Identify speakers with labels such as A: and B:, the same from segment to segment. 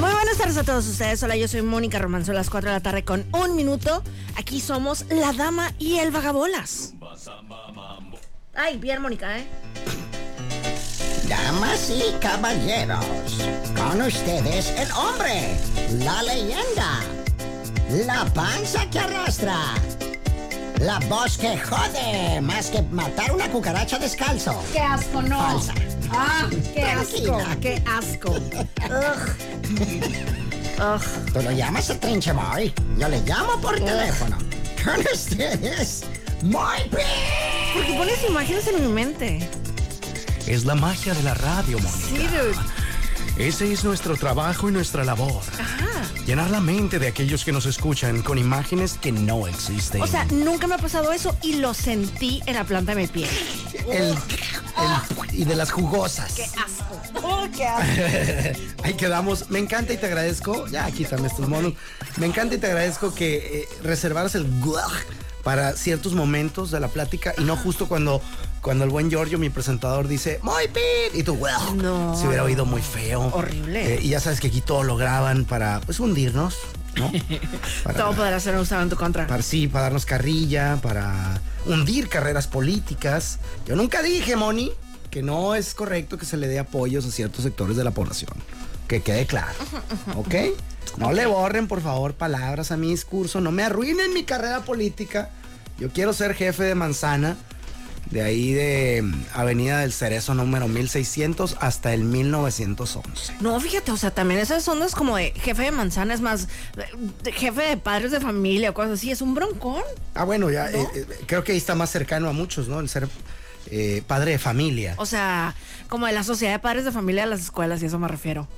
A: Muy buenas tardes a todos ustedes. Hola, yo soy Mónica Román. Son las 4 de la tarde con un minuto. Aquí somos la dama y el vagabolas. Ay, bien, Mónica, ¿eh?
B: Damas y caballeros, con ustedes el hombre, la leyenda, la panza que arrastra, la voz que jode más que matar una cucaracha descalzo.
A: ¡Qué asco, no!
B: Falsa.
A: ¡Ah, qué asco!
B: Tranquila.
A: ¡Qué asco! Ugh. Ugh.
B: Tú lo llamas el trinche boy, yo le llamo por teléfono. Con ustedes, muy bien.
A: Porque pones imágenes en mi mente.
C: Es la magia de la radio,
A: Sí,
C: Mónica.
A: dude.
C: Ese es nuestro trabajo y nuestra labor.
A: Ajá.
C: Llenar la mente de aquellos que nos escuchan con imágenes que no existen.
A: O sea, nunca me ha pasado eso y lo sentí en la planta de mi pie.
B: El, el- y de las jugosas.
A: asco! ¡Qué asco!
D: Ahí quedamos. Me encanta y te agradezco. Ya, quítame estos monos. Me encanta y te agradezco que eh, reservaras el guaj para ciertos momentos de la plática y no justo cuando, cuando el buen Giorgio, mi presentador, dice muy pit y tú guaj.
A: No.
D: Se hubiera oído muy feo.
A: Horrible.
D: Eh, y ya sabes que aquí todo lo graban para pues hundirnos, ¿no?
A: Todo podrá ser usado en tu contra.
D: Para sí, para darnos carrilla, para hundir carreras políticas. Yo nunca dije, Moni, que no es correcto que se le dé apoyos a ciertos sectores de la población. Que quede claro. ¿Ok? No le borren, por favor, palabras a mi discurso. No me arruinen mi carrera política. Yo quiero ser jefe de manzana. De ahí de mm, Avenida del Cerezo número 1600 hasta el 1911.
A: No, fíjate, o sea, también esas ondas como de jefe de manzana es más eh, de jefe de padres de familia o cosas así, es un broncón.
D: Ah, bueno, ya eh, eh, creo que ahí está más cercano a muchos, ¿no? El ser eh, padre de familia.
A: O sea, como de la sociedad de padres de familia de las escuelas, y a eso me refiero.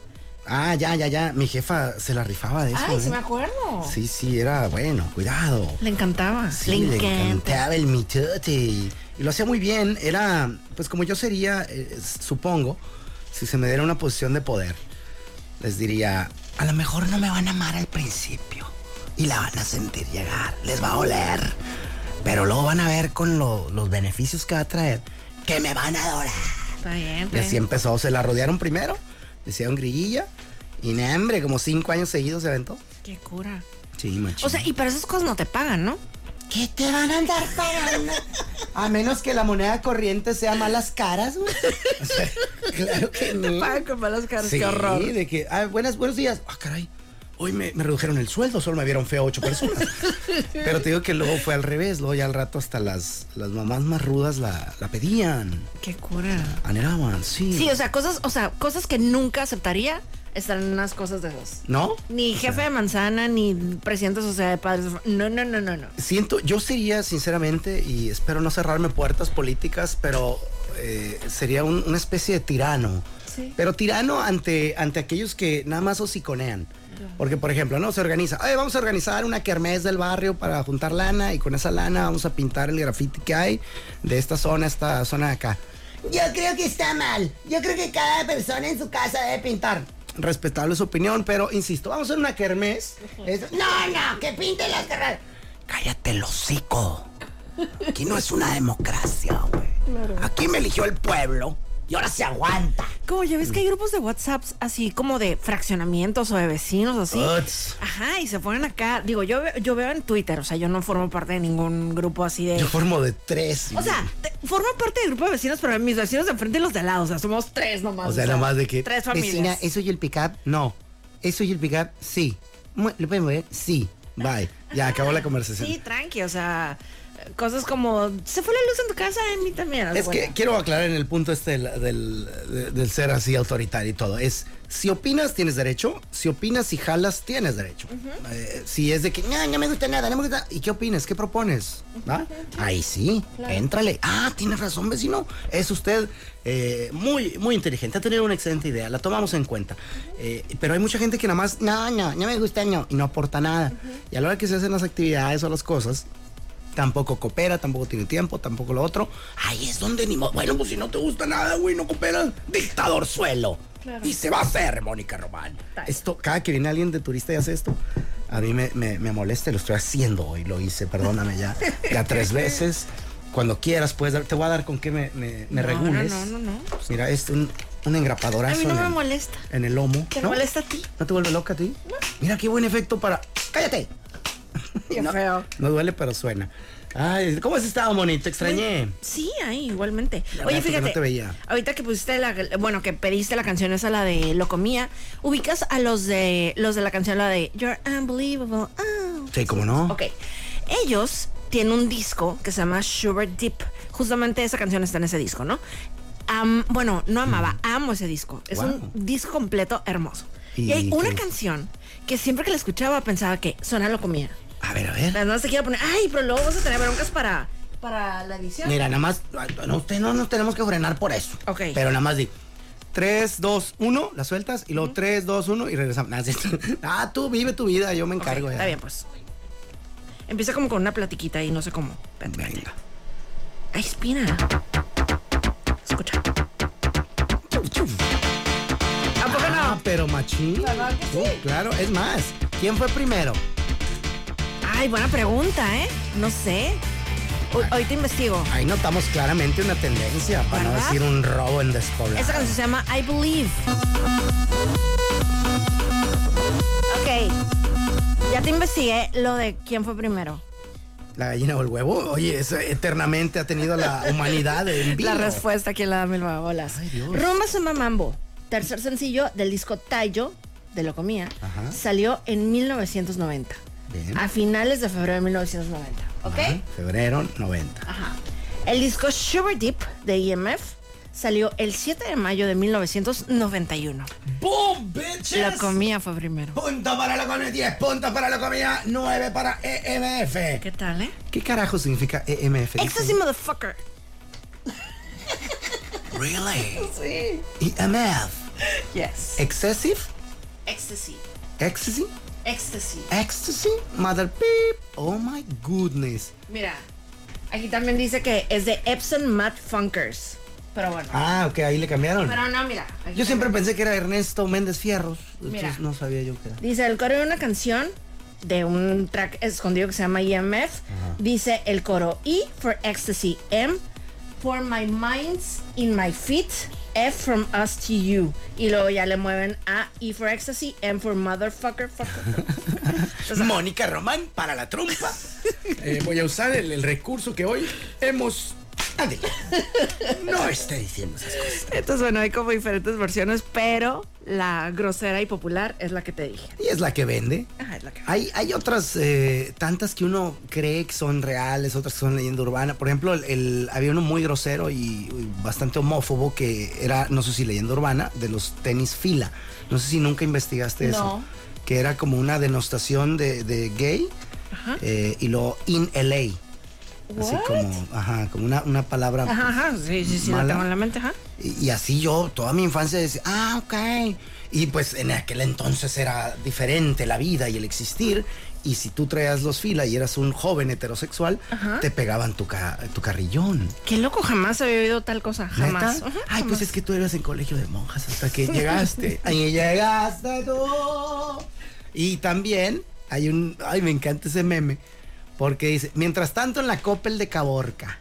D: Ah, ya, ya, ya. Mi jefa se la rifaba de eso.
A: Ay,
D: ¿eh?
A: sí me acuerdo.
D: Sí, sí, era bueno, cuidado.
A: Le encantaba.
D: Sí, le encantaba el mitote. Y y lo hacía muy bien. Era, pues como yo sería, eh, s- supongo, si se me diera una posición de poder, les diría, a lo mejor no me van a amar al principio. Y la van a sentir llegar, les va a oler. Pero luego van a ver con lo- los beneficios que va a traer, que me van a adorar.
A: Está bien, está
D: Y así
A: bien.
D: empezó, se la rodearon primero, le hicieron grillilla y nah, hombre, como cinco años seguidos se aventó.
A: Qué cura.
D: Sí, machín.
A: O sea, y para esas cosas no te pagan, ¿no?
D: ¿qué te van a andar pagando? A menos que la moneda corriente sea malas caras, güey. O sea, claro que no.
A: con malas caras,
D: Sí, de que, ah, buenas, buenos días. Ah, caray. Hoy me, me redujeron el sueldo, solo me vieron feo ocho personas. Pero te digo que luego fue al revés, luego ya al rato hasta las, las mamás más rudas la, la pedían,
A: Qué cura.
D: anhelaban, sí.
A: Sí, o sea, cosas, o sea, cosas que nunca aceptaría están en unas cosas de esas.
D: ¿No?
A: Ni jefe de manzana, ni presidente de sociedad de padres. de- No, no, no, no, no.
D: Siento, yo sería sinceramente, y espero no cerrarme puertas políticas, pero eh, sería un- una especie de tirano.
A: Sí.
D: Pero tirano ante, ante aquellos que nada más hociconean. Porque, por ejemplo, ¿no? Se organiza, "Ay, vamos a organizar una kermés del barrio para juntar lana y con esa lana vamos a pintar el grafiti que hay de esta zona a esta zona de acá. Yo creo que está mal. Yo creo que cada persona en su casa debe pintar. Respetable su opinión, pero insisto, vamos a hacer una kermés. Es- no, no, que pinte las kermés. Cállate el hocico. Aquí no es una democracia, güey. Aquí me eligió el pueblo y ahora se aguanta.
A: Como ya ves que hay grupos de WhatsApps así como de fraccionamientos o de vecinos así.
D: Uts.
A: Ajá, y se ponen acá. Digo, yo, ve- yo veo en Twitter, o sea, yo no formo parte de ningún grupo así de.
D: Yo formo de tres.
A: Eh. O sea, te- formo parte del grupo de vecinos, pero mis vecinos de enfrente y los de al lado. O sea, somos tres nomás.
D: o sea, nada más de que.
A: Tres familias.
D: ¿eso y el pick-up? No. ¿Eso y el pick-up? Sí. Mu- ¿Lo pueden mover? Sí. Bye. Ya acabó la conversación.
A: Sí, tranqui, o sea, cosas como, se fue la luz en tu casa, en mí también. o sea,
D: Es que
A: bueno.
D: quiero aclarar en el punto este del, del- de- del ser así autoritario y todo. Es, si opinas, tienes derecho. Si opinas y jalas, tienes derecho. Eh, si es de que, no, no me gusta nada, no me gusta. ¿Y qué opinas? ¿Qué propones? ¿Va? Ahí sí, éntrale. Ah, tienes razón, vecino. Es usted eh, muy, muy inteligente. Ha tenido una excelente idea. La tomamos en cuenta. Eh, pero hay mucha gente que nada más, no, no, no me gusta, no. Y no aporta nada. Y a la hora que se hacen las actividades o las cosas, tampoco coopera, tampoco tiene tiempo, tampoco lo otro. Ahí es donde ni modo. Bueno, pues si no te gusta nada, güey, no cooperas, dictador suelo. Y se va a hacer, Mónica Román. Esto, cada que viene alguien de turista y hace esto, a mí me, me- me molesta, lo estoy haciendo hoy, lo hice, perdóname ya, ya tres veces. Cuando quieras, puedes dar, te voy a dar con qué me, me- me
A: No,
D: regules.
A: no, no, no, no.
D: Pues mira, es un, un engrapadorazo.
A: A mí no
D: en
A: me
D: el-
A: molesta.
D: En el lomo.
A: ¿Te
D: ¿no?
A: molesta a ti?
D: ¿No te vuelve loca a ti? Mira qué buen efecto para. ¡Cállate!
A: Qué
D: no,
A: feo.
D: no duele, pero suena. Ay, ¿cómo has estado, Moni? Te extrañé.
A: Sí, ahí, igualmente.
D: La
A: Oye,
D: verdad, porque
A: fíjate.
D: no te veía.
A: Ahorita que pusiste la. Bueno, que pediste la canción esa, la de Lo Comía. Ubicas a los de los de la canción, la de You're Unbelievable. Oh.
D: Sí, ¿cómo no?
A: Ok. Ellos tienen un disco que se llama Sugar Deep. Justamente esa canción está en ese disco, ¿no? Am- bueno, no amaba, amo ese disco. Es
D: Mm. Wow.
A: un disco completo hermoso. Y,
D: ¿Y
A: hay una
D: qué?
A: canción que siempre que la escuchaba pensaba que Sona lo comía.
D: A ver, a
A: O
D: ver.
A: sea, No se quiero poner, ay, pero luego vas a tener broncas para, para la edición.
D: Mira, nada más. No, usted no nos tenemos que frenar por eso.
A: Ok.
D: Pero nada más di. 3, 2, 1, la sueltas y luego 3, 2, 1 y regresamos. Nada, es cierto. Ah, tú vive tu vida, yo me
A: Ok,
D: encargo. ya.
A: Está bien, pues. Empieza como con una platiquita y no sé cómo. Espérate, espérate.
D: Venga.
A: Ay, espina. Escucha. ¿A poco
D: Ah,
A: no?
D: pero machín.
A: ¿Verdad que sí?
D: Uh, claro, es más. ¿Quién fue primero?
A: Ay, buena pregunta, ¿eh? No sé. Hoy, hoy te investigo.
D: Ahí notamos claramente una tendencia, para no
A: ¿Verdad?
D: decir un robo en despoblado.
A: Esta canción se llama I Believe. Ok. Ya te investigué lo de quién fue primero.
D: La gallina o el huevo, oye, eso eternamente ha tenido la humanidad en vilo.
A: La respuesta aquí en la dame bolas.
D: Ay, Dios.
A: Rumba Samba Mambo, tercer sencillo del disco Tayo de Lo Comía,
D: Ajá.
A: salió en 1990.
D: Bien.
A: A finales de febrero de 1990. ¿Ok? Ah.
D: Ajá, Febrero 90.
A: Ajá. El disco Sugar Deep de IMF salió el 7 de mayo de 1991.
D: ¡Boom,
A: Lo Comía fue primero.
D: Punto para la comida, 10 puntos para la comida, 9 para E EMF.
A: ¿Qué tal, eh?
D: ¿Qué carajo significa E EMF?
A: Ecstasy motherfucker.
D: Really? Sí. EMF.
A: Yes.
D: Excessive?
A: Ecstasy.
D: Ecstasy?
A: Ecstasy.
D: Ecstasy? Mother beep. Oh my goodness.
A: Mira, aquí también dice que es de Epson Matt Funkers. Pero bueno.
D: Ah, ok, ahí le cambiaron.
A: Pero no, mira. aquí
D: Yo siempre pensé que era Ernesto Méndez Fierros.
A: Mira.
D: Entonces no sabía yo qué era.
A: Dice el coro de una canción de un track escondido que se llama EMF. Dice el coro E for ecstasy, M for my minds in my feet, F from us to you. Y luego ya le mueven a E for ecstasy, M for motherfucker. fucker.
D: Mónica Román para la trompa. Eh, voy a usar el, el recurso que hoy hemos. Ándale. No esté diciendo esas cosas.
A: Entonces, bueno, hay como diferentes versiones, pero la grosera y popular es la que te dije. Ah,
D: Y es la que vende.
A: Ajá, es la que.
D: Hay, hay otras eh, tantas que uno cree que son reales, otras que son leyenda urbana. Por ejemplo, el, el- había uno muy grosero y uy, bastante homófobo que era, no sé si leyenda urbana, de los tenis fila. No sé si nunca investigaste eso.
A: No.
D: Que era como una denostación de, de gay eh, y lo in LA. Así
A: What?
D: como, ajá, como una, una palabra.
A: Ajá, ajá, sí, sí, sí, la
D: Mala.
A: tengo en la mente, ajá.
D: Y, y así yo, toda mi infancia decía, ah, ok. Y pues en aquel entonces era diferente la vida y el existir. Y si tú traías los fila y eras un joven heterosexual,
A: Ajá.
D: te pegaban tu, ca- tu carrillón.
A: Qué loco, jamás había oído tal cosa, jamás.
D: ¿Neta?
A: Ajá,
D: Ay, pues es que tú eras en colegio de monjas hasta que llegaste. Ahí llegaste tú. Y también hay un. Ay, me encanta ese meme. Porque dice: Mientras tanto, en la Coppel de Caborca.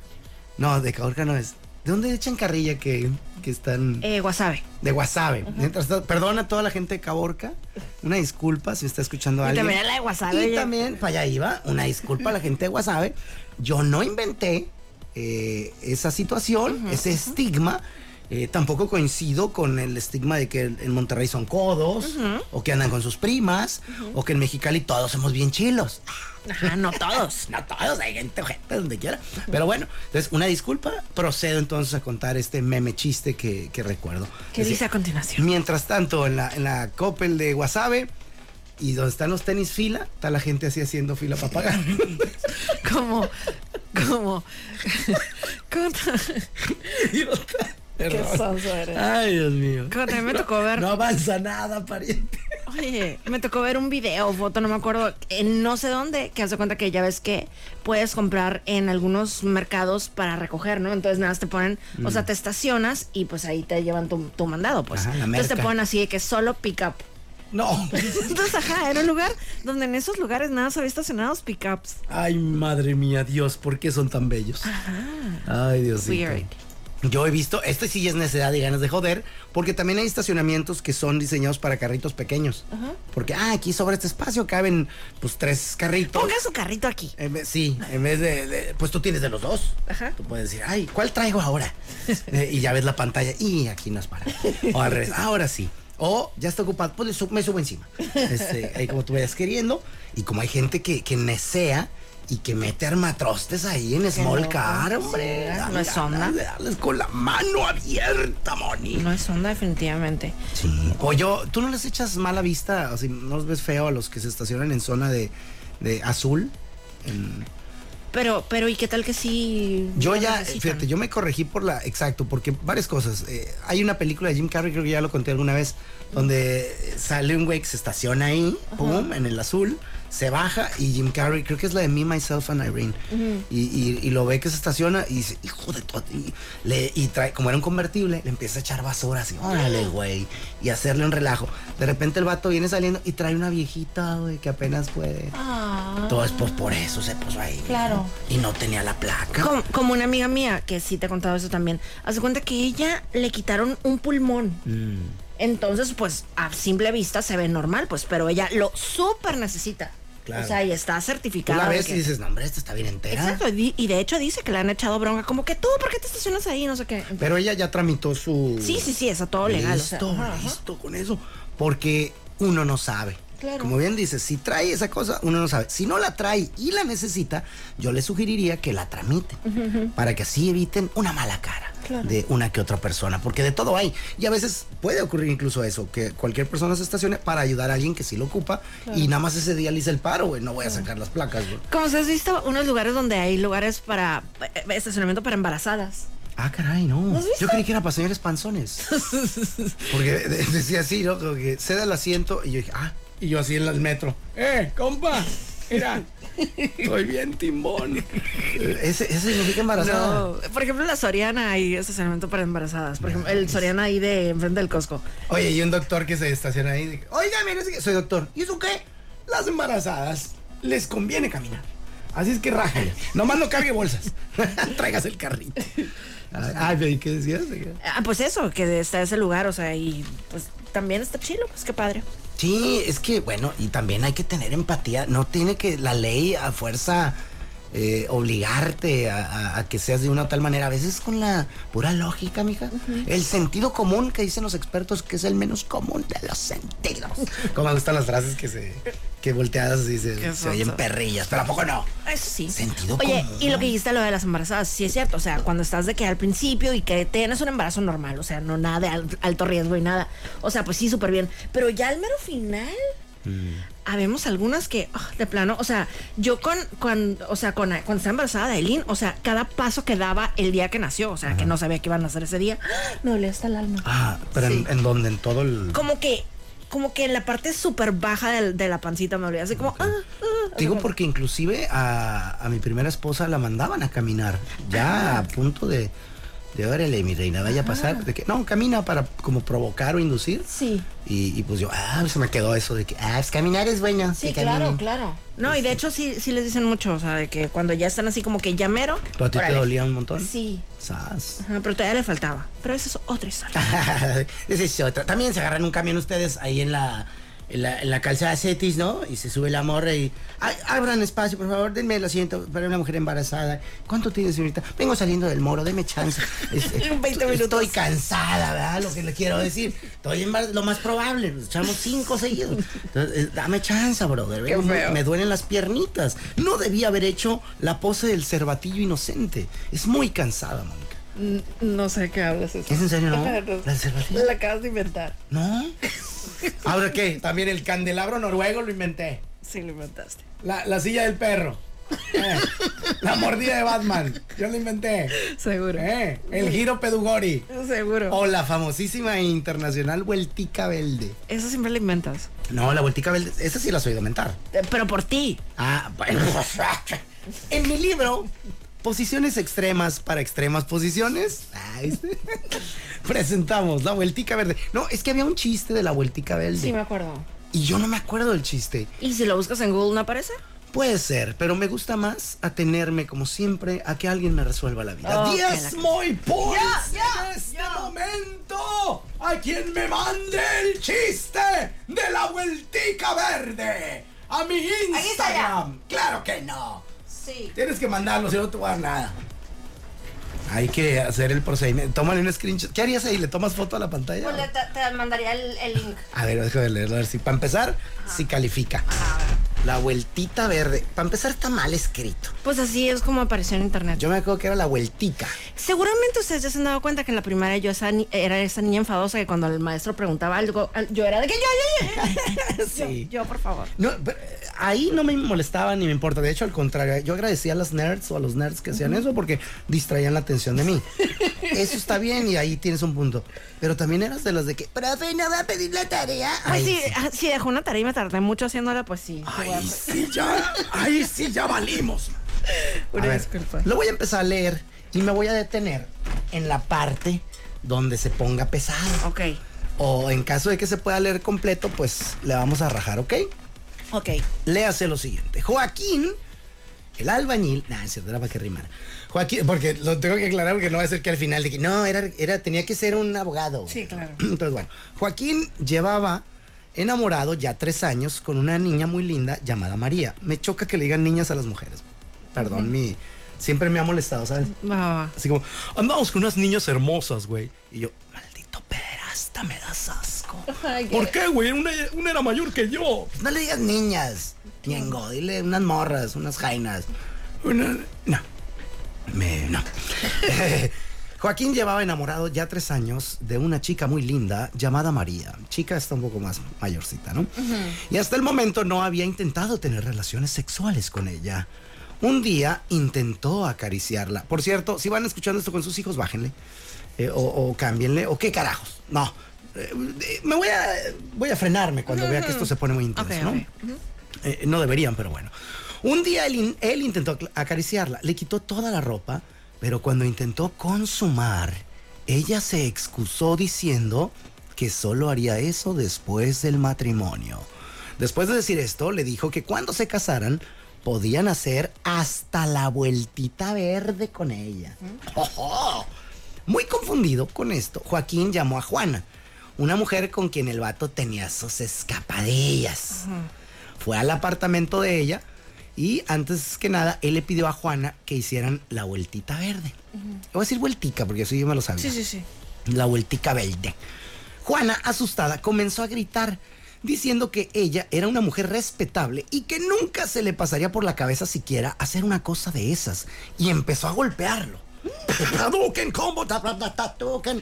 D: No, de Caborca no es. ¿De dónde echan carrilla que, que están.?
A: Eh, wasabi.
D: De Guasave. Mientras tanto, perdona a toda la gente de Caborca. Una disculpa si está escuchando a
A: Y
D: alguien.
A: también a la de Guasave,
D: Y
A: oye.
D: también, para allá iba, una disculpa a la gente de Guasave. Yo no inventé eh, esa situación, ese estigma. Eh, tampoco coincido con el estigma de que en Monterrey son codos, o que andan con sus primas, o que en Mexicali todos somos bien chilos. Ah,
A: Ajá, no todos.
D: No todos, hay gente, gente donde quiera. Pero bueno, entonces, una disculpa. Procedo entonces a contar este meme chiste que, que recuerdo.
A: ¿Qué
D: Decía,
A: dice a continuación?
D: Mientras tanto, en la, en la Coppel de Guasave y donde están los tenis fila, está la gente así haciendo fila para pagar.
A: Como, como, contra,
D: Perdón.
A: sonso eres.
D: Ay, Dios mío.
A: Como también me tocó ver-
D: No avanza nada, pariente.
A: oye, me tocó ver un video, foto, no me acuerdo, en no sé dónde, que hace cuenta que ya ves que puedes comprar en algunos mercados para recoger, ¿no? Entonces nada, más te ponen, o sea, te estacionas y pues ahí te llevan tu, tu mandado, pues.
D: Ajá, la
A: Entonces te
D: merca.
A: ponen así de que solo pick up.
D: No.
A: Entonces, ajá, era un lugar donde en esos lugares nada más había estacionados pickups.
D: Ay, madre mía, Dios, ¿por qué son tan bellos? Ay, Dios
A: Weird.
D: Yo he visto, este sí es necesidad y ganas de joder, porque también hay estacionamientos que son diseñados para carritos pequeños. Porque, ah, aquí sobre este espacio caben, pues, tres carritos.
A: Ponga su carrito aquí.
D: En vez- sí, en vez de, de- Pues tú tienes de los dos.
A: Ajá.
D: Tú puedes decir, ay, ¿cuál traigo ahora? Eh, y ya ves la pantalla, y aquí no es para. O al revés, ahora sí. O ya está ocupado, pues le sub- me subo encima. Este, ahí como tú vayas queriendo. Y como hay gente que, que nesea y que mete armatrostes ahí en small
A: loco.
D: car,
A: Sí,
D: hombre.
A: no
D: Dan
A: es
D: ganas
A: onda.
D: de darles con la mano abierta, Moni.
A: No es onda, definitivamente.
D: Sí. O yo, ¿tú no les echas mala vista? O sea, ¿no los ves feo a los que se estacionan en zona de, de azul? En-
A: Pero, pero, ¿y qué tal que sí?
D: Yo
A: lo
D: ya,
A: necesitan?
D: fíjate, yo me corregí por la, exacto, porque varias cosas. Eh, hay una película de Jim Carrey, creo que ya lo conté alguna vez, donde sale un güey que se estaciona ahí, pum, en el azul, se baja y Jim Carrey, creo que es la de Me, Myself and Irene, y, y- y lo ve que se estaciona y dice, hijo de todo, y, le- y trae, como era un convertible, le empieza a echar basura así, órale, güey, y hacerle un relajo. De repente el vato viene saliendo y trae una viejita, güey, que apenas puede.
A: Ah.
D: Todo es pues por eso se puso ahí.
A: Claro.
D: Y no tenía la placa.
A: Como, como una amiga mía, que sí te he contado eso también, hace cuenta que ella le quitaron un pulmón.
D: Mm.
A: Entonces, pues a simple vista se ve normal, pues, pero ella lo súper necesita.
D: Claro.
A: O sea, y está
D: Tú
A: certificada.
D: la
A: de
D: ves
A: que-
D: y dices, no, hombre, esta está bien entera.
A: Exacto, y di- y de hecho dice que le han echado bronca, como que tú, ¿por qué te estacionas ahí? No sé qué.
D: Pero ella ya tramitó su.
A: Sí, sí, sí, eso todo legal. o sea,
D: Listo,
A: ajá, ajá.
D: listo con eso. Porque uno no sabe.
A: Claro.
D: Como bien dices, si trae esa cosa, uno no sabe. Si no la trae y la necesita, yo le sugeriría que la tramiten. Para que así eviten una mala cara de una que otra persona. Porque de todo hay. Y a veces puede ocurrir incluso eso, que cualquier persona se estacione para ayudar a alguien que sí lo ocupa. Y nada más ese día le hice el paro, güey. No voy a sacar las placas, güey.
A: Como se has visto, unos lugares donde hay lugares para eh, estacionamiento para embarazadas.
D: Ah, caray, no.
A: has visto?
D: Yo creí que era para señores panzones. Porque de- decía así, ¿no? Como que ceda el asiento y yo dije, ah. Y yo así en el metro. ¡Eh, compa! Mira, estoy bien timbón. Ese, ese significa embarazada.
A: No, por ejemplo, la Soriana hay estacionamiento para embarazadas. Por ejemplo, el Soriana ahí de enfrente del Costco.
D: Oye, y un doctor que se estaciona ahí. dice, Oiga, mire, es que soy doctor. ¿Y eso qué? Las embarazadas les conviene caminar. Así es que rájale. Nomás no cargue bolsas. Traigas el carrito. Ay, pero ¿y qué decías?
A: Ah, pues eso, que está ese lugar, o sea, y pues también está chilo, pues qué padre.
D: Sí, es que bueno, y también hay que tener empatía. No tiene que la ley a fuerza eh, obligarte a, a- a que seas de una o tal manera. A veces con la pura lógica, mija. El sentido común que dicen los expertos que es el menos común de los sentidos. Como me gustan las frases que se que volteadas y
A: Qué
D: se,
A: sonso.
D: se oyen perrillas, pero ¿a poco no?
A: Eso sí.
D: Sentido
A: Oye,
D: común.
A: y lo que dijiste lo de las embarazadas, sí es cierto. O sea, cuando estás de que al principio y que tienes un embarazo normal, o sea, no nada de al- alto riesgo y nada. O sea, pues sí, súper bien. Pero ya al mero final,
D: Mm.
A: habemos algunas que, ah, de plano, o sea, yo con, con o sea, con, cuando estaba embarazada de Eileen, o sea, cada paso que daba el día que nació, o sea, que no sabía que iban a nacer ese día, ¡ah! me dolía hasta el alma.
D: Ah, pero
A: Sí.
D: en, en donde en todo el
A: Como que, como que en la parte súper baja del- de, la pancita me dolía, así como, ah, ah,
D: Te Digo porque inclusive a, a mi primera esposa la mandaban a caminar,
A: Ah.
D: ya a punto de, de órale, mi reina, vaya a pasar, de que no, camina para como provocar o inducir.
A: sí.
D: Y, y pues yo, ah, se me quedó eso de que, ah, pues caminar es bueno. que caminen.
A: claro. No, y de hecho sí, sí les dicen mucho, o sea, de que cuando ya están así como que ya mero.
D: ¿Pero a ti te
A: órale.
D: dolía un montón?
A: Sí.
D: Sas.
A: Ajá, pero todavía le faltaba. Pero esa es otra historia.
D: Esa es otra. También se agarran un camión ustedes ahí en la en la, en la calzada Cetis, ¿no? Y se sube la morra y. "Ay, abran espacio, por favor, denme el asiento para una mujer embarazada. ¿Cuánto tienes, señorita? Vengo saliendo del moro, deme chance. Este,
A: 20
D: estoy-
A: minutos.
D: Estoy cansada, ¿verdad? Lo que le quiero decir. Estoy embarazada, lo más probable. pues, Echamos cinco seguidos. Entonces, eh, dame chance, brother.
A: Qué
D: Vengo-
A: feo.
D: Me duelen las piernitas. No debía haber hecho la pose del cervatillo inocente. Es muy cansada, Mónica.
A: N- Mm, No sé qué hablas. eso.
D: ¿Es en serio, no?
A: Claro.
D: ¿La observación?
A: La acabas de inventar.
D: ¿No? ¿Ahora qué? También el candelabro noruego lo inventé.
A: Sí, lo inventaste.
D: La, la silla del perro. Eh, la mordida de Batman. Yo lo inventé.
A: Seguro.
D: Eh, el giro Pedugori.
A: Seguro.
D: O la famosísima e internacional vueltica verde.
A: Eso siempre lo inventas.
D: No, la vueltica verde, esa sí la soy de aumentar.
A: Eh, Pero por ti.
D: Ah, bueno. En mi libro, Posiciones extremas para extremas posiciones, ah, este, presentamos la vueltica verde. No, es que había un chiste de la vueltica verde.
A: Sí, me acuerdo.
D: Y yo no me acuerdo del chiste.
A: ¿Y si lo buscas en Google no aparece?
D: Puede ser, pero me gusta más atenerme, como siempre, a que alguien me resuelva la vida.
A: Oh, que la-
D: ¡Diez muy points
A: Ya, ya,
D: en este
A: ya.
D: momento! ¡A quien me mande el chiste de la vueltica verde! ¡A mi
A: está
D: Instagram! ¡Claro que no!
A: Sí.
D: Tienes que mandarlo, si no te voy a dar nada. Hay que hacer el procedimiento. Tómale un screenshot. ¿Qué harías ahí? ¿Le tomas foto a la pantalla?
A: Pues te, mandaría el, link.
D: A ver, déjame leerlo, a ver si para empezar, si califica. La vueltita verde. Para empezar está mal escrito.
A: Pues así es como apareció en internet.
D: Yo me acuerdo que era la vueltica.
A: Seguramente ustedes ya se han dado cuenta que en la primaria yo esa ni- era esa niña enfadosa que cuando el maestro preguntaba algo, al- yo era de que yo, yo, yo.
D: Sí.
A: Yo, yo, por favor.
D: No, pero, eh, ahí no me molestaba ni me importa. De hecho, al contrario, yo agradecía a las nerds o a los nerds que hacían eso porque distraían la atención de mí. eso está bien y ahí tienes un punto. Pero también eras de las de que, profe, no va a pedir la tarea.
A: Ay,
D: Ay,
A: sí, ah, sí, dejó una tarea y me tardé mucho haciéndola, pues sí.
D: Ahí sí ya, ahí sí ya valimos.
A: Una
D: A ver,
A: disculpa.
D: Lo voy a empezar a leer y me voy a detener en la parte donde se ponga pesado.
A: Ok.
D: O en caso de que se pueda leer completo, pues le vamos a rajar, ¿ok?
A: Ok.
D: Léase lo siguiente. Joaquín, el albañil. Nah, es cierto, era para que rimara. Joaquín, porque lo tengo que aclarar porque no va a ser que al final de que. No, era, era, tenía que ser un abogado.
A: Sí, claro.
D: Entonces, bueno, Joaquín llevaba enamorado ya tres años con una niña muy linda llamada María. Me choca que le digan niñas a las mujeres. Perdón, mi. Siempre me ha molestado, ¿sabes?
A: Va, va, va.
D: Así como, andamos con unas niñas hermosas, güey. Y yo, maldito pederasta, me das asco.
A: Ay,
D: ¿Por
A: qué-
D: qué, güey? Una, una era mayor que yo. No le digas niñas, Ñengo. Dile unas morras, unas jainas. Una- no. Me, no. Joaquín llevaba enamorado ya tres años de una chica muy linda llamada María. Chica está un poco más mayorcita, ¿no? Y hasta el momento no había intentado tener relaciones sexuales con ella. Un día intentó acariciarla. Por cierto, si van escuchando esto con sus hijos, bájenle. eh, o, o cámbienle. O qué carajos. No. Eh, eh, me voy a, voy a frenarme cuando vea que esto se pone muy intenso,
A: Ok,
D: ¿no?
A: ok.
D: Eh, no deberían, pero bueno. Un día él, in- él intentó acla- acariciarla, le quitó toda la ropa, pero cuando intentó consumar, ella se excusó diciendo que solo haría eso después del matrimonio. Después de decir esto, le dijo que cuando se casaran, podían hacer hasta la vueltita verde con ella. ¡Ojo! Muy confundido con esto, Joaquín llamó a Juana, una mujer con quien el vato tenía sus escapadillas fue al apartamento de ella y antes que nada él le pidió a Juana que hicieran la vueltita verde. Voy a decir vueltica porque eso yo me lo sabía.
A: Sí, sí, sí.
D: La vueltica verde. Juana, asustada, comenzó a gritar diciendo que ella era una mujer respetable y que nunca se le pasaría por la cabeza siquiera hacer una cosa de esas. Y empezó a golpearlo. Taduken, combo, ta, ta, ta, taduken.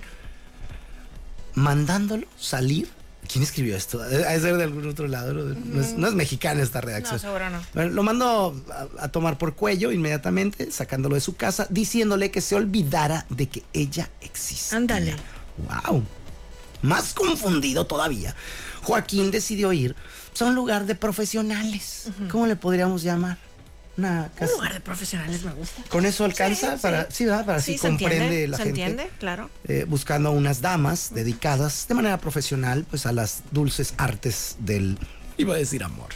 D: Mandándolo salir. ¿Quién escribió esto? Ha de ser de algún otro lado. No, No es, no es mexicana esta redacción.
A: No, seguro no.
D: Bueno, lo mandó a, a tomar por cuello inmediatamente, sacándolo de su casa, diciéndole que se olvidara de que ella existe.
A: Ándale.
D: Wow. Más confundido todavía, Joaquín decidió ir pues, a un lugar de profesionales. ¿Cómo le podríamos llamar? Una
A: Un
D: casa.
A: lugar de profesionales me gusta.
D: ¿Con eso alcanza?
A: Sí,
D: para,
A: sí.
D: sí, ¿verdad? Para
A: Sí,
D: así
A: se
D: comprende
A: entiende,
D: la
A: se
D: gente.
A: entiende, claro.
D: eh, buscando a unas damas dedicadas de manera profesional pues a las dulces artes del iba a decir amor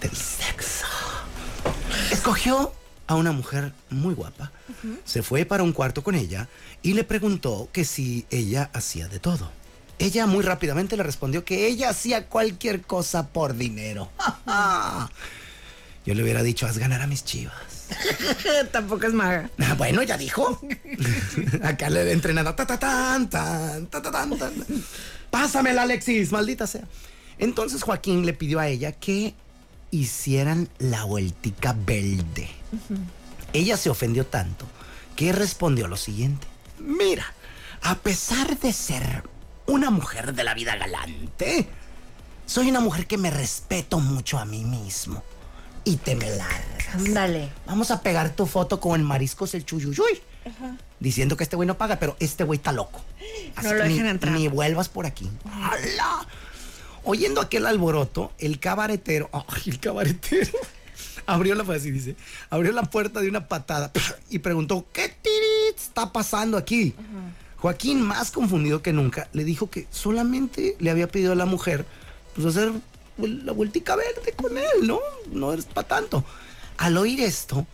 D: del sexo escogió a una mujer muy guapa se fue para un cuarto con ella y le preguntó que si ella hacía de todo Ella muy rápidamente le respondió que ella hacía cualquier cosa por dinero. Yo le hubiera dicho, haz ganar a mis chivas.
A: Tampoco es maga.
D: Ah, bueno, ya dijo. Acá le entrenado. Ta, ta, tan, tan, ta, ta, tan, tan. Pásamela, Alexis, maldita sea. Entonces Joaquín le pidió a ella que hicieran la vueltica verde. Ella se ofendió tanto que respondió lo siguiente. Mira, a pesar de ser una mujer de la vida galante, soy una mujer que me respeto mucho a mí mismo. Y te me largas.
A: Ándale.
D: Vamos a pegar tu foto con mariscos el chuyuyuy. Diciendo que este güey no paga, pero este güey está loco.
A: No lo
D: que ni-
A: dejen entrar.
D: Ni vuelvas por aquí. ¡Hala! Oyendo aquel alboroto, el cabaretero. ¡Ay, el cabaretero! Abrió la pues, así dice. Abrió la puerta de una patada y preguntó: ¿Qué tirit está pasando aquí? Joaquín, más confundido que nunca, le dijo que solamente le había pedido a la mujer pues, hacer la vueltica verde con él, ¿no? No es para tanto. Al oír esto,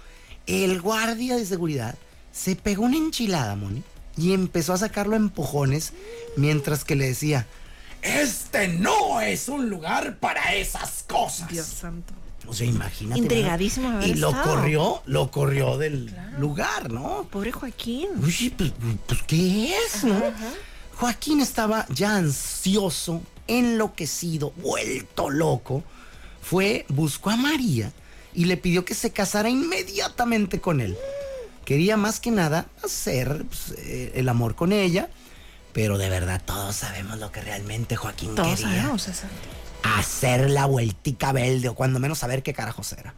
D: el guardia de seguridad se pegó una enchilada, Moni, y empezó a sacarlo a empujones mientras que le decía: Este no es un lugar para esas cosas.
A: Dios santo.
D: O sea, imagínate.
A: Intrigadísimo
D: ¿verdad?
A: haber
D: Y lo
A: estado.
D: corrió, lo corrió del lugar, ¿no?
A: Pobre Joaquín.
D: Uy, pues, pues, ¿qué es, no? Joaquín estaba ya ansioso, enloquecido, vuelto loco. Fue, buscó a María y le pidió que se casara inmediatamente con él. Quería más que nada hacer pues, eh, el amor con ella, pero de verdad todos sabemos lo que realmente Joaquín
A: Todos
D: quería
A: sabemos eso.
D: hacer la vueltica verde o cuando menos saber qué carajos era.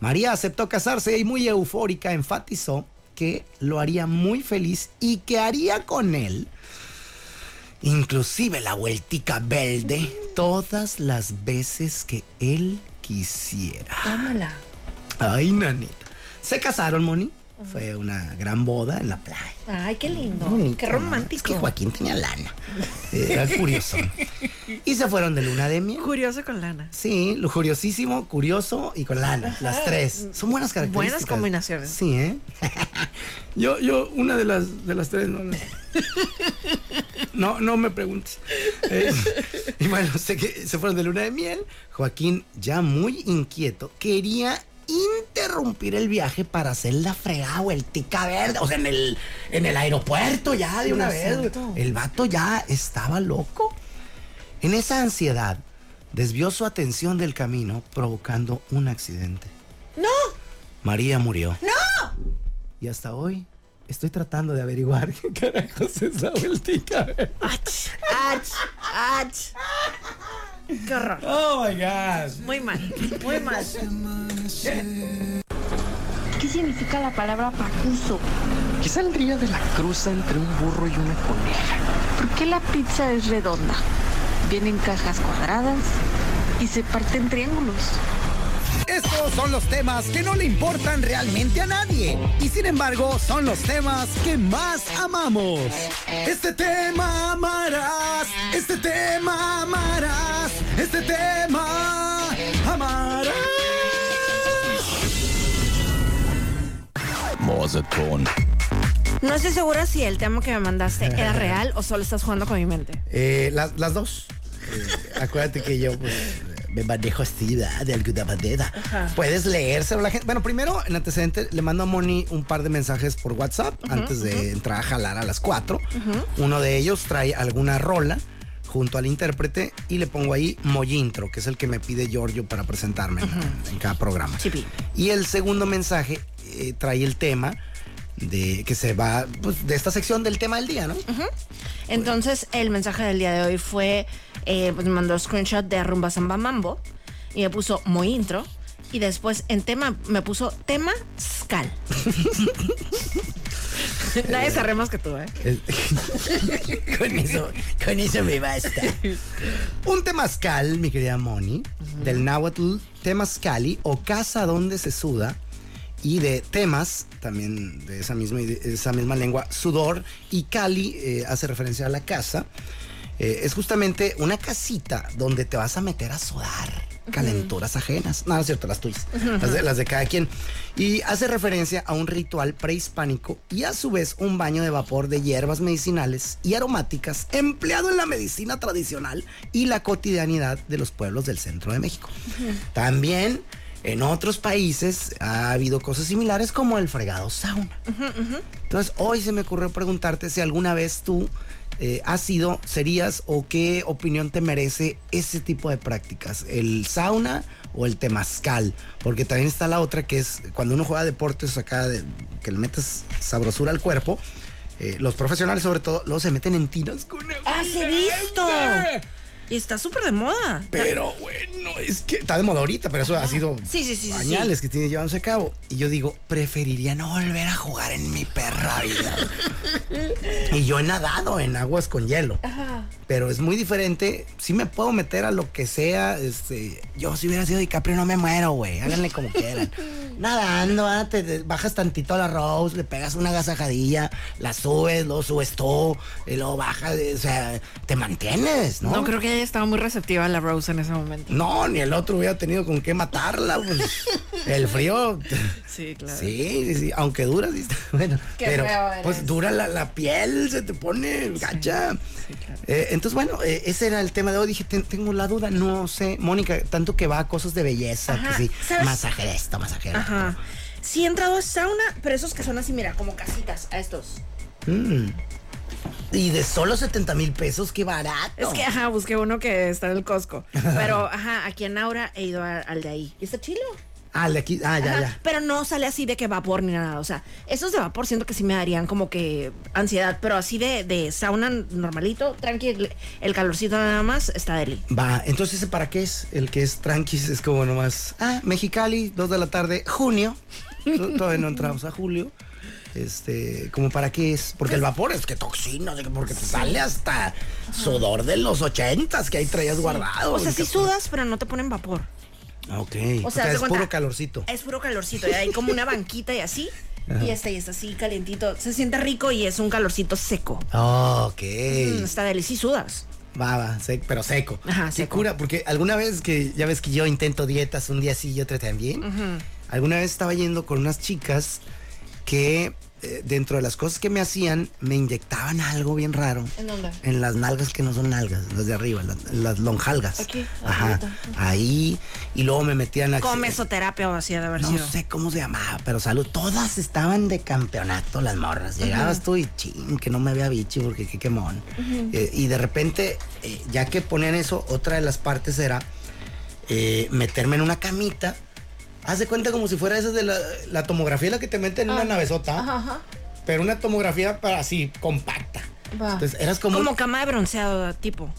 D: María aceptó casarse y muy eufórica enfatizó que lo haría muy feliz y que haría con él inclusive la vueltica verde todas las veces que él quisiera.
A: Tómala.
D: Ay, nanita. Se casaron, Moni. Fue una gran boda en la playa.
A: Ay, qué lindo.
D: Bonito,
A: qué
D: ¿no? Es que
A: romántico.
D: Joaquín tenía lana. Eh, Era curioso. y se fueron de luna de miel.
A: Curioso con lana.
D: Sí, lujuriosísimo, curioso y con lana. Las tres. Son buenas características.
A: Buenas combinaciones.
D: Sí, ¿eh? yo, yo, una de las, de las tres, no. No, no, no me preguntes. Eh, y bueno, sé que se fueron de luna de miel. Joaquín, ya muy inquieto, quería interrumpir el viaje para hacer la fregada o el tica verde. O sea, en el, en el aeropuerto ya de una
A: Dios
D: vez.
A: santo.
D: El vato ya estaba loco. En esa ansiedad, desvió su atención del camino, provocando un accidente.
A: ¡No!
D: María murió. ¡No! Y hasta hoy estoy tratando de averiguar qué carajos es la vueltica.
A: ¡Ach! ¡Ach! ¡Ach! ¡Qué horror!
D: Oh my gosh.
A: Muy mal, muy mal.
E: ¿Qué significa la palabra pacuso?
F: ¿Qué saldría de la cruza entre un burro y una coneja?
E: ¿Por qué la pizza es redonda? Viene en cajas cuadradas y se parte en triángulos.
D: Estos son los temas que no le importan realmente a nadie. Y sin embargo, son los temas que más amamos. Este tema amarás. Este tema amarás. Este tema amarás.
G: Morseton.
A: No estoy segura si el tema que me mandaste era real o solo estás jugando con mi mente.
D: las, las dos. Eh, acuérdate que yo pues, me manejo así ¿verdad? de alguna manera. Puedes leérselo a la gente. Bueno, primero, en antecedente, le mando a Moni un par de mensajes por WhatsApp antes de entrar a jalar a las 4. Uno de ellos trae alguna rola junto al intérprete y le pongo ahí Moyintro, que es el que me pide Giorgio para presentarme en- en, cada programa.
A: Chipi.
D: Y el segundo mensaje eh, trae el tema de que se va pues, de esta sección del tema del día, ¿no?
A: Entonces, el mensaje del día de hoy fue: eh, pues me mandó screenshot de Rumba Samba Mambo y me puso muy intro. Y después en tema me puso tema Skal. Nadie se re más que tú, ¿eh?
D: Con eso, con eso me basta. Un temazcal, mi querida Moni, del náhuatl temazcali o casa donde se suda y de temas, también de esa misma, de esa misma lengua, sudor y cali eh, hace referencia a la casa. Eh, es justamente una casita donde te vas a meter a sudar. calenturas ajenas. No, no es cierto, las tuyas. Las de, las de cada quien. Y hace referencia a un ritual prehispánico y a su vez un baño de vapor de hierbas medicinales y aromáticas empleado en la medicina tradicional y la cotidianidad de los pueblos del centro de México. También en otros países ha habido cosas similares como el fregado sauna. Entonces, hoy se me ocurrió preguntarte si alguna vez tú eh, has sido, serías o qué opinión te merece ese tipo de prácticas, el sauna o el temazcal, porque también está la otra que es cuando uno juega deportes acá, de- que le metes sabrosura al cuerpo. eh, los profesionales sobre todo, luego se meten en tiras con agua
A: ¡Ah, sí he visto! Y está súper de moda.
D: pero bueno, es que está de moda ahorita, pero eso ha sido
A: Sí, sí, sí, sí,
D: añales que tiene llevándose a cabo. Y yo digo, preferiría no volver a jugar en mi perra vida. y yo he nadado en aguas con hielo. Pero es muy diferente. Si me puedo meter a lo que sea, este, yo si hubiera sido DiCaprio no me muero, güey. Háganle como quieran. Nadando, ah, te, te bajas tantito a la Rose, le pegas una gasajadilla, la subes, lo subes tú, y luego bajas, o sea, te mantienes, ¿no?
G: No creo que haya estado muy receptiva la Rose en ese momento.
D: No, ni el otro hubiera tenido con qué matarla. pues. El frío.
G: Sí, claro.
D: Sí, sí, sí, aunque dura, sí está- bueno,
A: Qué
D: pero
A: feo eres.
D: pues dura la, la piel, se te pone gacha. Eh, entonces, bueno, eh, ese era el tema de hoy. Dije, "Ten- tengo la duda, no sé, Mónica, tanto que va a cosas de belleza,
A: Ajá,
D: que sí,
A: ¿sabes?
D: masaje de esto, masaje de esto.
A: Ajá. Sí he entrado a sauna, pero esos que son así, mira, como casitas a estos.
D: Y de solo 70 mil pesos, qué barato.
G: Es que, ajá, busqué uno que está en el Costco.
A: Pero, ajá, aquí en Aura he ido a- al de ahí. ¿Y está chilo?
D: Ah, el de aquí, ah, ya,
A: Ajá,
D: ya.
A: Pero no sale así de que vapor ni nada. O sea, esos de vapor siento que sí me darían como que ansiedad. Pero así de, de sauna normalito, tranqui, el calorcito nada más está deli.
D: Va, entonces ese para qué es el que es tranquis, es como nomás. Ah, Mexicali, 2 de la tarde, junio. To- Todavía no entramos a julio. Este, como para qué es, porque el vapor es que toxina, de que- porque te sale hasta sudor de los ochentas que ahí traías guardado.
A: O sea,
D: y
A: sí
D: que-
A: sudas, pero no te ponen vapor.
D: Ah, Ok.
A: O sea,
D: O sea,
A: haz de
D: es
A: cuenta- Eh.
D: puro calorcito.
A: Es puro calorcito. Y hay como una banquita y así. Y está, y está así calientito. Se siente rico y es un calorcito seco.
D: Ok.
A: Mm, está deli. Sí sudas.
D: Va, va, sec- pero seco.
A: Ajá,
D: Qué
A: seco.
D: cura, porque alguna vez que, ya ves que yo intento dietas un día sí y otra también. Alguna vez estaba yendo con unas chicas que eh, dentro de las cosas que me hacían, me inyectaban algo bien raro.
A: ¿En dónde?
D: En las nalgas que no son nalgas, las de arriba, las, las lonjalgas.
A: Aquí,
D: Ajá. Ahí. Y luego me metían aquí.
A: Con mesoterapia o así ha de haber
D: No
A: sido.
D: sé cómo se llamaba, pero salud. Todas estaban de campeonato las morras. Llegabas tú y ching, que no me vea bichi porque qué quemón. Eh, y de repente, eh, ya que ponían eso, otra de las partes era eh, meterme en una camita. Haz de cuenta como si fuera esa de la, la tomografía la que te meten en una navezota. Pero una tomografía para así, compacta.
A: Va.
D: Entonces eras como.
A: Como cama de bronceado, tipo.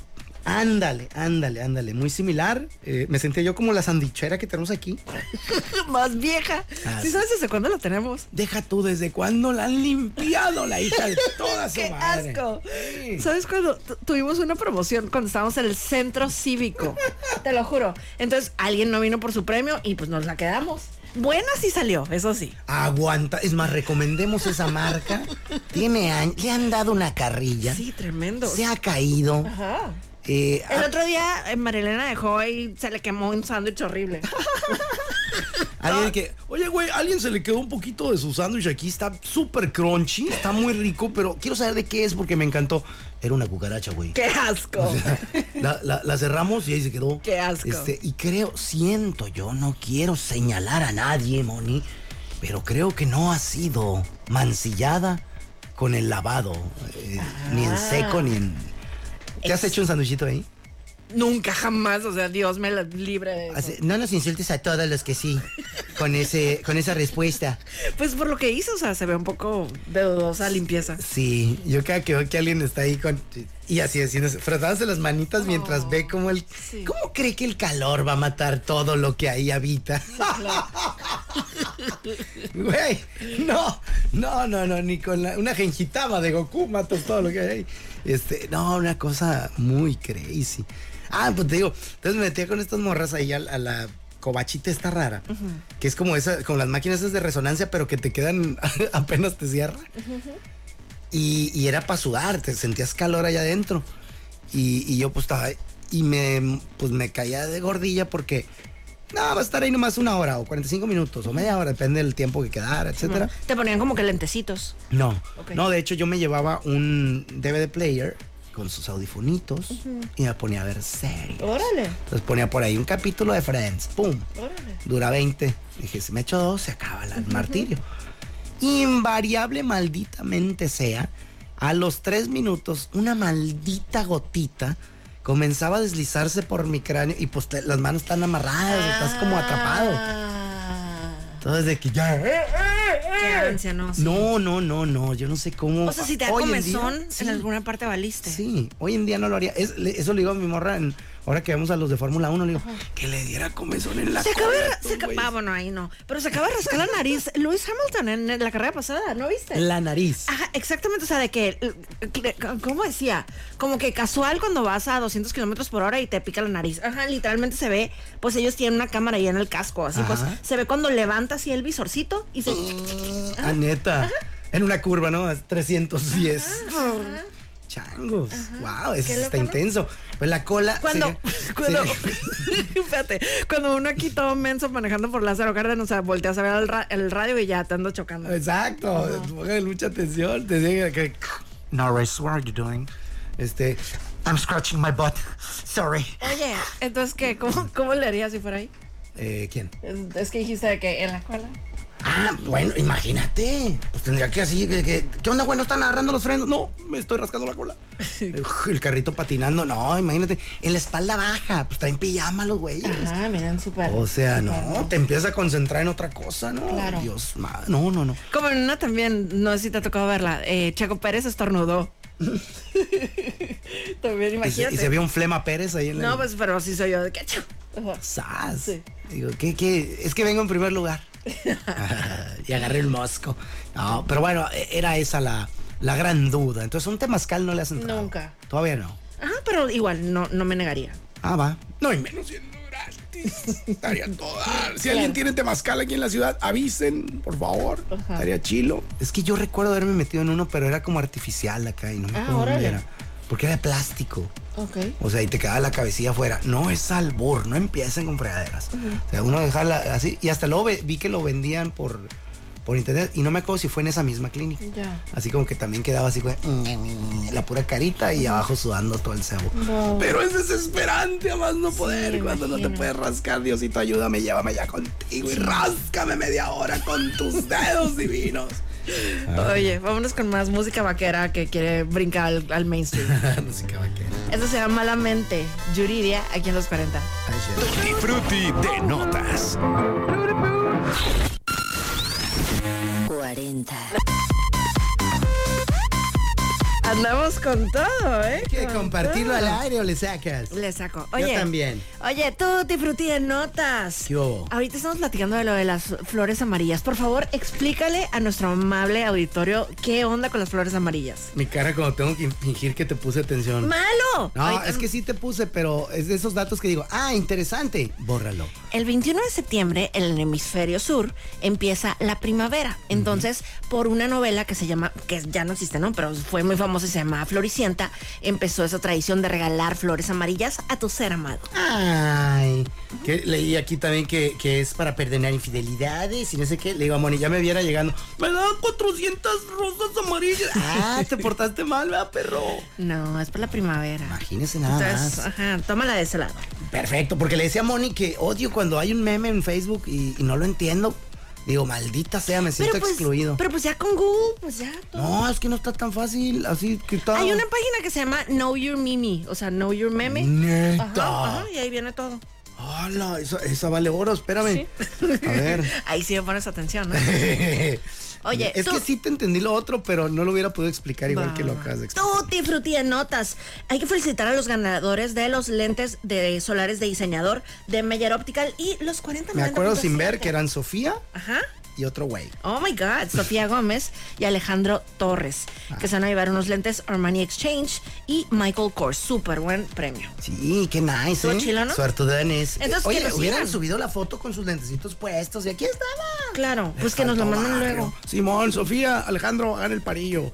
D: Ándale, ándale, ándale. Muy similar. Eh, me sentía yo como la sandichera que tenemos aquí.
G: Más vieja.
D: Ah,
G: ¿Sí
D: sí.
G: sabes desde cuándo la tenemos?
D: Deja tú desde cuándo la han limpiado la hija de toda su
G: ¡Qué
D: madre.
G: asco!
D: Sí.
G: ¿Sabes cuando tu- tuvimos una promoción cuando estábamos en el centro cívico? Te lo juro. Entonces alguien no vino por su premio y pues nos la quedamos. Buena sí salió, eso sí.
D: Aguanta, es más, recomendemos esa marca. Tiene años, le han dado una carrilla.
G: Sí, tremendo.
D: Se ha caído.
G: Ajá.
D: Eh,
G: El otro día eh, Marilena dejó y se le quemó un sándwich horrible.
D: Alguien que, oye, güey, alguien se le quedó un poquito de su sándwich aquí, está súper crunchy, está muy rico, pero quiero saber de qué es porque me encantó. Era una cucaracha, güey.
G: ¡Qué asco!
D: La, la- la cerramos y ahí se quedó.
G: Qué asco.
D: Este, y creo, siento yo, no quiero señalar a nadie, Moni, pero creo que no ha sido mancillada con el lavado, eh, ni
G: Ah.
D: en seco, ni en... ¿Te has hecho un sanduchito ahí?
G: Nunca jamás, o sea, Dios me la libre de eso.
D: Así- No nos insultes a todos los que sí, con, ese, con esa respuesta.
G: Pues por lo que hizo, o sea, se ve un poco de dudosa limpieza.
D: Sí, yo cada que veo que alguien está ahí con... Y así haciéndose, frotándose las manitas mientras ve cómo el...
G: sí.
D: ¿Cómo cree que el calor va a matar todo lo que ahí habita? Güey, no, no, no, no, ni con la- una genjitama de Goku matas todo lo que hay ahí. Este, no, una cosa muy crazy. Ah, pues te digo, entonces me metía con estas morras ahí a, la- a la cobachita esta rara, que es como esa, como las máquinas esas de resonancia, pero que te quedan apenas te cierra. Y, y era para sudar, te sentías calor allá adentro. Y, y yo pues estaba, y me, pues me caía de gordilla porque no, va a estar ahí nomás una hora o 45 minutos o media hora, depende del tiempo que quedara, etcétera.
A: Mm. Te ponían como que lentecitos.
D: No,
A: Ok.
D: no, de hecho yo me llevaba un DVD player con sus audifonitos y me ponía a ver series.
A: Órale.
D: Entonces ponía por ahí un capítulo de Friends, pum,
A: Órale.
D: dura 20. Dije, si me echo dos, se acaba el martirio. Invariable, malditamente sea, a los tres minutos, una maldita gotita comenzaba a deslizarse por mi cráneo y pues te- las manos están amarradas, Pues estás como atrapado.
A: Ah,
D: Entonces de que ya... ¿eh?
A: qué ansia, ¿no? Sí.
D: No, no, no, no, yo no sé cómo...
A: O sea, si te da
D: hoy en día-
A: comezón,
D: sí.
A: en alguna parte valiste.
D: Sí, hoy en día no lo haría. Es- le- eso le digo a mi morra en- ahora que vemos a los de Fórmula 1, le digo, que le diera comezón en la
A: Se acaba,
D: cola
A: de
D: a
A: ra-
D: estos
A: se acaba-
D: güeyes.
A: ah, bueno, ahí no. Pero se acaba de rascar la nariz. Lewis Hamilton en, en la carrera pasada, ¿no viste?
D: La nariz.
A: Ajá, exactamente, o sea, de que, eh, ¿cómo decía? Como que casual cuando vas a 200 kilómetros por hora y te pica la nariz. Ajá, literalmente se ve, pues ellos tienen una cámara ahí en el casco, así pues
D: Ajá.
A: se ve cuando levanta así el visorcito y se...
D: Ah, neta. En una curva, ¿no? Es 310. Changos. Wow, eso
A: Qué
D: está
A: loco, ¿no?
D: intenso. Pues la cola.
A: Cuando,
D: sería-
A: cuando,
D: sería-
A: fíjate, cuando uno aquí todo menso manejando por Lázaro Cárdenas, o sea, volteas a ver el, ra- el radio y ya te ando chocando.
D: Exacto. Póngale mucha atención. Te llega que. Norris, what are you doing? Este. I'm scratching my butt. Sorry.
A: Oye, entonces, ¿qué? ¿Cómo, cómo le harías si fuera ahí?
D: Eh, ¿Quién?
A: Es, es que dijiste de que en la escuela.
D: Ah, bueno, imagínate. Pues tendría que así, que, que- ¿qué onda, güey? ¿No están agarrando los frenos? No, me estoy rascando la cola. Ujú, El carrito patinando, no, imagínate. En la espalda baja, pues traen pijama los güeyes.
A: Ah, miren, súper.
D: O sea, no, te empiezas a concentrar en otra cosa, ¿no?
A: Claro.
D: Dios, ma- no, no, no.
A: Como en una también, no sé si te ha tocado verla, eh, Checo Pérez estornudó. también
D: Y se,
A: imagínate.
D: y se vio un flema Pérez ahí en la...
A: No, pues, pero sí soy yo de que... chu. Ajá.
D: ¡Sas!
A: Sí.
D: Digo, ¿qué, qué? Es que vengo en primer lugar. y agarré el mosco. No, pero bueno, e- era esa la, la gran duda. Entonces, un temazcal no le has entrado.
A: Nunca.
D: Todavía no.
A: Ajá, pero igual, no, no me negaría.
D: Ah, va.
C: No, y menos siendo gratis. Estaría toda. Si alguien tiene temazcal aquí en la ciudad, avisen, por favor. Estaría chilo.
D: Es que yo recuerdo haberme metido en uno, pero era como artificial acá y no me acuerdo dónde
A: Ah, órale.
D: era. Porque era de plástico.
A: Ok.
D: O sea, y te quedaba la cabecilla afuera. No es albur, no empiecen con fregaderas. O sea, uno dejarla así. Y hasta luego ve- vi que lo vendían por, por internet. Y no me acuerdo si fue en esa misma clínica.
A: Ya.
D: Así como que también quedaba así, güey, la pura carita y abajo sudando todo el cebo.
C: Pero es desesperante, a más no poder.
A: me
C: cuando no te
A: imagino.
C: puedes rascar, Diosito, ayúdame, llévame ya contigo y ráscame media hora con tus dedos divinos.
A: Oye, vámonos con más música vaquera que quiere brincar al, al mainstream.
D: Música vaquera.
A: Esto se llama Malamente, Yuridia, aquí en los 40.
D: Ay, shit.
H: Tutti Frutti de notas.
I: 40.
A: Andamos con todo, ¿eh?
D: Hay que
A: Con
D: compartirlo
A: todo.
D: al aire o le sacas.
A: Le saco. Oye.
D: Yo también.
A: Oye, tú te frutí de notas.
D: ¿Qué hubo?
A: Ahorita estamos platicando de lo de las flores amarillas. Por favor, explícale a nuestro amable auditorio qué onda con las flores amarillas.
D: Mi cara cuando tengo que fingir que te puse atención.
A: ¡Malo!
D: No,
A: Ahorita-
D: es que sí te puse, pero es de esos datos que digo, ah, interesante, bórralo.
A: El 21 de septiembre, en el hemisferio sur, empieza la primavera. Entonces, por una novela que se llama, que ya no existe, ¿no? Pero fue muy famosa y se llamaba Floricienta, empezó esa tradición de regalar flores amarillas a tu ser amado.
D: Ay, que leí aquí también que, que es para perdonar infidelidades y no sé qué. Le digo a Moni, ya me viera llegando, me dan 400 rosas amarillas. Ah, te portaste mal, ¿verdad, perro?
A: No, es por la primavera.
D: Imagínese nada
A: Entonces,
D: más.
A: ajá, tómala de ese lado.
D: Perfecto, porque le decía a Moni que odio cuando hay un meme en Facebook y, y no lo entiendo. Digo, maldita sea, me siento
A: pues,
D: excluido.
A: Pero pues ya con Google, pues ya todo.
D: No, es que no está tan fácil, así que todo.
A: Hay una página que se llama Know Your Mimi, o sea, Know Your Meme.
D: Neta.
A: Ajá, ajá, y ahí viene todo.
D: Hola, esa, esa vale oro, espérame. A ver.
A: Ahí sí me pones atención, ¿no? Oye,
D: es
A: tú-
D: que sí te entendí lo otro, pero no lo hubiera podido explicar igual
A: Va.
D: que lo acabas de explicar.
A: Tutti frutti de notas. Hay que felicitar a los ganadores de los lentes de solares de diseñador de Meyer Optical y los 40
D: Me acuerdo sin ver que eran Sofía
A: Ajá.
D: y otro güey.
A: Oh my God, Sofía Gómez y Alejandro Torres,
D: Ah.
A: que se van a llevar unos lentes Armani Exchange y Michael Kors. Súper buen premio.
D: Sí, qué nice,
A: Estuvo
D: ¿eh?
A: chilo, ¿no?
D: Suertudanes.
A: Entonces,
D: Oye,
A: que nos
D: hubieran
A: sigan.
D: subido la foto con sus lentecitos puestos y aquí estaba.
A: Claro, pues que nos lo
D: Tanto
A: mandan
D: barrio.
A: luego.
D: Simón, Sofía, Alejandro, hagan el parillo.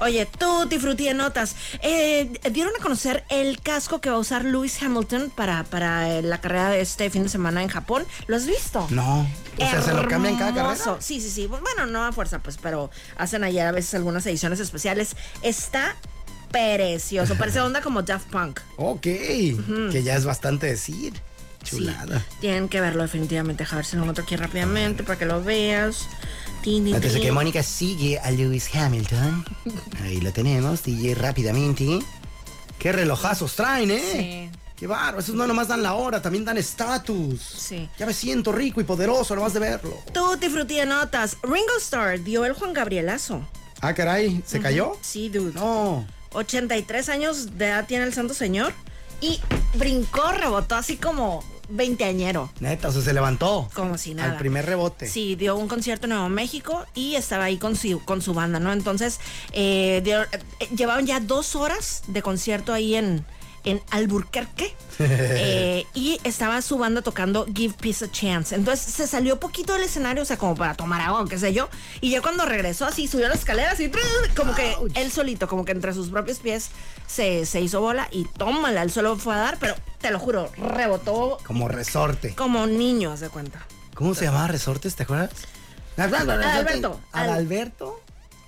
A: Oye, tú, Tifruti de Notas, eh, dieron a conocer el casco que va a usar Lewis Hamilton para, para eh, la carrera de este fin de semana en Japón. ¿Lo has visto?
D: No. O sea, se lo cambian cada
A: Hermoso.
D: carrera.
A: Sí, sí, sí. Bueno, no a fuerza, pues, pero hacen allá a veces algunas ediciones especiales. Está precioso. Parece onda como Daft Punk.
D: Ok. Que ya es bastante decir. Chulada.
A: Tienen que verlo definitivamente. A ver si lo encuentro aquí rápidamente para que lo veas. Tin, tin,
D: Antes de
A: tin.
D: que Mónica sigue a Lewis Hamilton. Ahí lo tenemos, DJ rápidamente. Qué relojazos traen, ¿eh?
A: Sí.
D: Qué barro, esos no nomás dan la hora, también dan estatus.
A: Sí.
D: Ya me siento rico y poderoso nomás de verlo.
A: Tutti frutti de notas. Ringo Starr dio el Juan Gabrielazo.
D: Ah, caray, ¿se cayó?
A: Sí, dude.
D: No.
A: 83 años de edad tiene el santo señor. Y brincó, rebotó así como veinteañero.
D: Neta, o sea, se levantó.
A: Como si nada.
D: Al primer rebote.
A: Sí, dio un concierto en Nuevo México y estaba ahí con su, con su banda, ¿no? Entonces, eh, dio- eh, llevaban ya dos horas de concierto ahí en, en Alburquerque eh, y estaba su banda tocando Give Peace a Chance. Entonces, se salió poquito del escenario, o sea, como para tomar agua, qué sé yo. Y ya cuando regresó, así subió las escaleras y ¡tru! como que él solito, como que entre sus propios pies se, se hizo bola y tómala, él solo fue a dar, pero te lo juro, rebotó
D: Como resorte.
A: como niño, haz de cuenta.
D: ¿Cómo se llamaba resortes? ¿Te acuerdas? Ah, Alberto.
A: Adalberto. Al-
D: Alberto.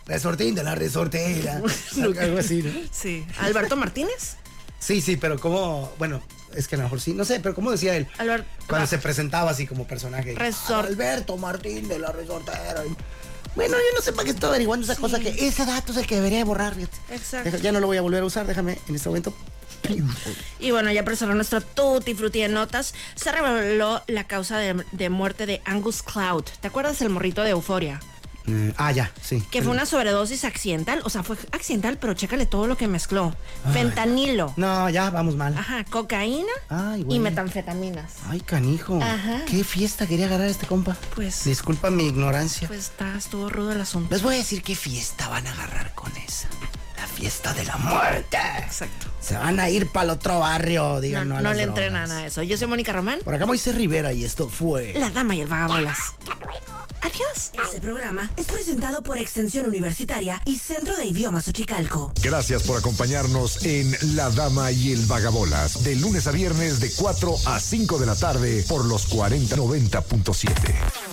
D: Resortín de la resortera. Algo así, ¿no?
A: Sí. ¿Alberto Martínez?
D: Sí, sí, pero como, bueno, es que a lo mejor sí, no sé, pero como decía él,
A: Albert-
D: cuando
A: ah.
D: se presentaba así como personaje.
A: Resort-
D: Alberto Martín de la resortera. Bueno, yo no sé para qué estoy averiguando esa cosa que ese dato es el que debería borrar. fíjate.
A: Exacto.
D: Deja- ya no lo voy a volver a usar, déjame en este momento.
A: Y bueno, ya presionó nuestro tutti frutti de notas. Se reveló la causa de, de muerte de Angus Cloud. ¿Te acuerdas el morrito de Euforia?
D: Mm, ah, ya, sí.
A: Que fue una sobredosis accidental. O sea, fue accidental, pero chécale todo lo que mezcló. Fentanilo.
D: No, ya, vamos mal.
A: Ajá, cocaína
D: Ay,
A: Mm. Ah.
D: güey.
A: y metanfetaminas.
D: Ay, canijo.
A: Ajá.
D: ¿Qué fiesta quería agarrar este compa?
A: Pues-
D: Disculpa mi ignorancia.
A: Pues está, estuvo rudo el asunto.
D: Les voy a decir qué fiesta van a agarrar con esa. La fiesta de la muerte.
A: Exacto.
D: Se van a ir para el otro barrio,
A: No,
D: digan. No, a
A: no
D: las
A: le
D: drogas.
A: entrenan a eso. Yo soy Mónica Román,
D: Por acá Moisés Rivera y esto fue...
A: la dama y el vagabolas. Adiós. Este programa es presentado por Extensión Universitaria y Centro de Idiomas Ochicalco.
H: Gracias por acompañarnos en La Dama y el Vagabolas, de lunes a viernes de 4 a 5 de la tarde por los 4090.7.